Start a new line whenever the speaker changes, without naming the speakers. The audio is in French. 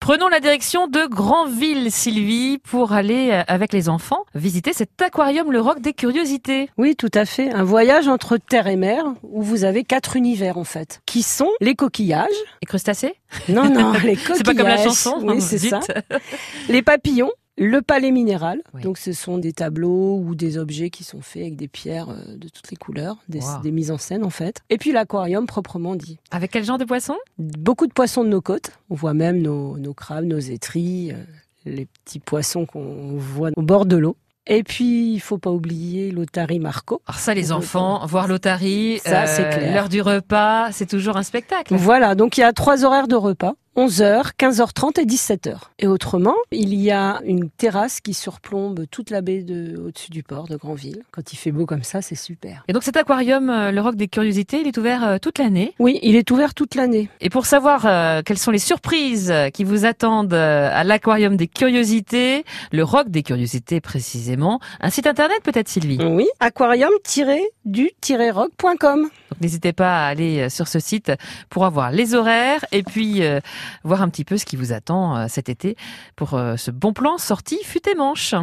Prenons la direction de Grandville, Sylvie, pour aller euh, avec les enfants visiter cet aquarium Le Roc des Curiosités.
Oui, tout à fait. Un voyage entre terre et mer où vous avez quatre univers en fait, qui sont les coquillages.
Et crustacés
Non, non, les coquillages.
C'est pas comme la chanson. hein,
Oui, c'est
zut.
ça. Les papillons. Le palais minéral,
Oui.
donc ce sont des tableaux ou des objets qui sont faits avec des pierres euh, de toutes les couleurs, des,
Wow.
des mises en scène en fait. Et puis l'aquarium proprement dit.
Avec quel genre de poisson
Beaucoup de poissons de nos côtes. On voit même nos, nos crabes, nos étris, euh, les petits poissons qu'on voit au bord de l'eau. Et puis, il faut pas oublier l'Otari Marco.
Alors Oh, ça, les
Euh,
enfants, voir l'Otari,
Ça, c'est clair.
l'heure du repas, c'est toujours un spectacle.
Voilà, donc il y a trois horaires de repas. 11h, 15h30 et 17h. Et autrement, il y a une terrasse qui surplombe toute la baie de, au-dessus du port de Granville. Quand il fait beau comme ça, c'est super.
Et donc cet aquarium, euh, le Roc des Curiosités, il est ouvert euh, toute l'année.
Oui, il est ouvert toute l'année.
Et pour savoir euh, quelles sont les surprises qui vous attendent euh, à l'aquarium des curiosités, le roc des curiosités précisément, un site internet peut-être Sylvie.
Oui, aquarium-du-rock.com.
Donc n'hésitez pas à aller euh, sur ce site pour avoir les horaires et puis euh, voir un petit peu ce qui vous attend euh, cet été pour euh, ce bon plan sorti fut et manche.